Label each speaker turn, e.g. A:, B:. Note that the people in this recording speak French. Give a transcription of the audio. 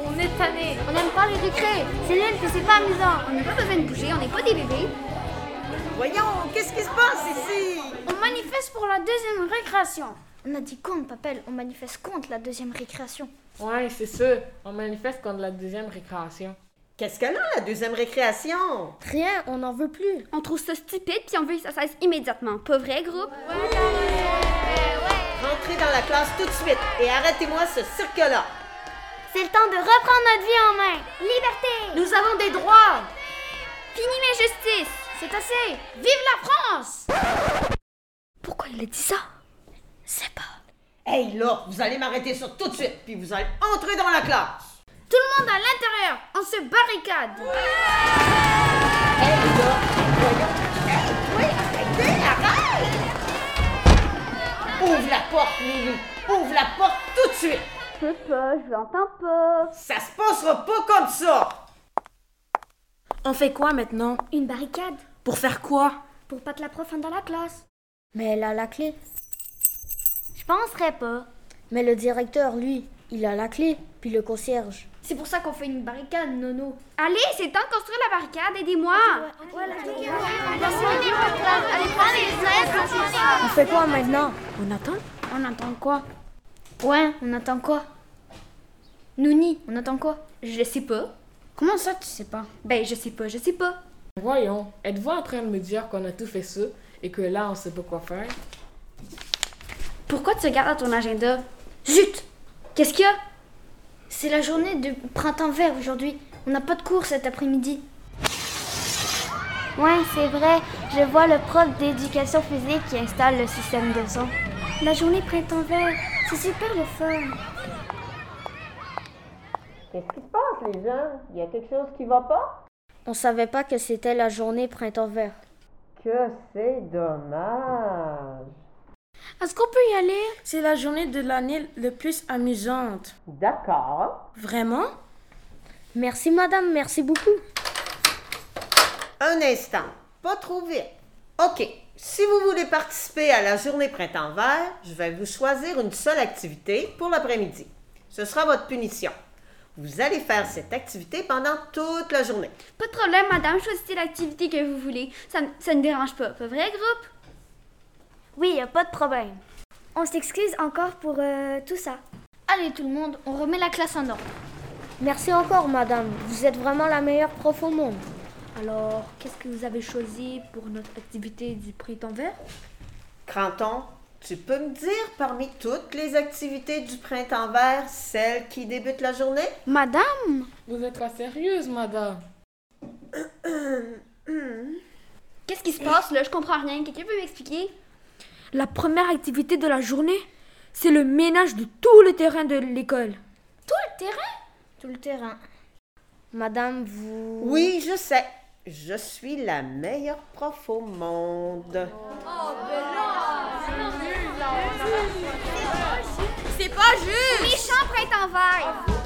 A: on est tanné.
B: On n'aime pas les décrets. C'est nul que c'est pas amusant. On n'a pas besoin de bouger, on n'est pas des bébés.
C: Voyons, qu'est-ce qui se passe ici
A: On manifeste pour la deuxième récréation.
B: On a dit contre, Papel. On manifeste contre la deuxième récréation.
D: Ouais, c'est sûr. On manifeste contre la deuxième récréation.
C: Qu'est-ce qu'elle a, la deuxième récréation
B: Rien, on n'en veut plus.
E: On trouve ça stupide puis on veut que ça cesse immédiatement. Pas vrai, groupe?
C: Rentrez dans la classe tout de suite et arrêtez-moi ce cirque-là.
B: C'est le temps de reprendre notre vie en main. Liberté
C: Nous avons des droits.
A: Fini mes justices. C'est assez. Vive la France
B: Pourquoi il a dit ça C'est pas.
C: Hey là, vous allez m'arrêter ça tout de suite, puis vous allez entrer dans la classe.
A: Tout le monde à l'intérieur. On se barricade.
C: Hey là, voyons. Hey, oui, arrêtez, arrête. Ouvre la porte, Lily. Ouvre la porte tout de suite.
E: Je peux pas, je l'entends pas.
C: Ça se passera pas comme ça.
F: On fait quoi maintenant
B: Une barricade
F: Pour faire quoi
B: pour pas que la prof entre dans la classe. Mais elle a la clé. Je penserais pas.
G: Mais le directeur, lui, il a la clé, puis le concierge.
B: C'est pour ça qu'on fait une barricade, Nono.
E: Allez, c'est temps de construire la barricade, aidez-moi.
G: On fait quoi maintenant
F: On attend
B: On attend quoi Ouais, on attend quoi Nouni, on attend quoi
E: Je le sais pas.
B: Comment ça, tu sais pas
E: Ben, je sais pas, je sais pas.
D: Voyons, êtes-vous en train de me dire qu'on a tout fait ça et que là, on sait pas quoi faire?
E: Pourquoi tu regardes à ton agenda Zut Qu'est-ce qu'il y a
B: C'est la journée de printemps vert aujourd'hui. On n'a pas de cours cet après-midi. Ouais, c'est vrai. Je vois le prof d'éducation physique qui installe le système de son. La journée printemps vert, c'est super le fun.
C: Qu'est-ce qui se passe, les gens Il y a quelque chose qui va pas
G: On savait pas que c'était la journée printemps vert.
C: Que c'est dommage.
A: Est-ce qu'on peut y aller
F: C'est la journée de l'année le plus amusante.
C: D'accord.
F: Vraiment
G: Merci madame, merci beaucoup.
C: Un instant, pas trop vite. OK, si vous voulez participer à la journée printemps vert, je vais vous choisir une seule activité pour l'après-midi. Ce sera votre punition. Vous allez faire cette activité pendant toute la journée.
E: Pas de problème, madame, choisissez l'activité que vous voulez. Ça, me- ça ne dérange pas, pas vrai, groupe
B: Oui, y a pas de problème. On s'excuse encore pour euh, tout ça. Allez tout le monde, on remet la classe en ordre.
G: Merci encore madame, vous êtes vraiment la meilleure prof au monde.
E: Alors, qu'est-ce que vous avez choisi pour notre activité du printemps vert
C: Cranton, tu peux me dire parmi toutes les activités du printemps vert, celle qui débute la journée?
A: Madame
D: Vous êtes pas sérieuse, madame?
E: Qu'est-ce qui se passe là Je comprends rien. Quelqu'un peut m'expliquer
H: La première activité de la journée, c'est le ménage de tout le terrain de l'école.
B: Tout le terrain.
G: Madame, vous...
C: Oui, je sais. Je suis la meilleure prof au monde.
E: Mmh. Méchant printemps vert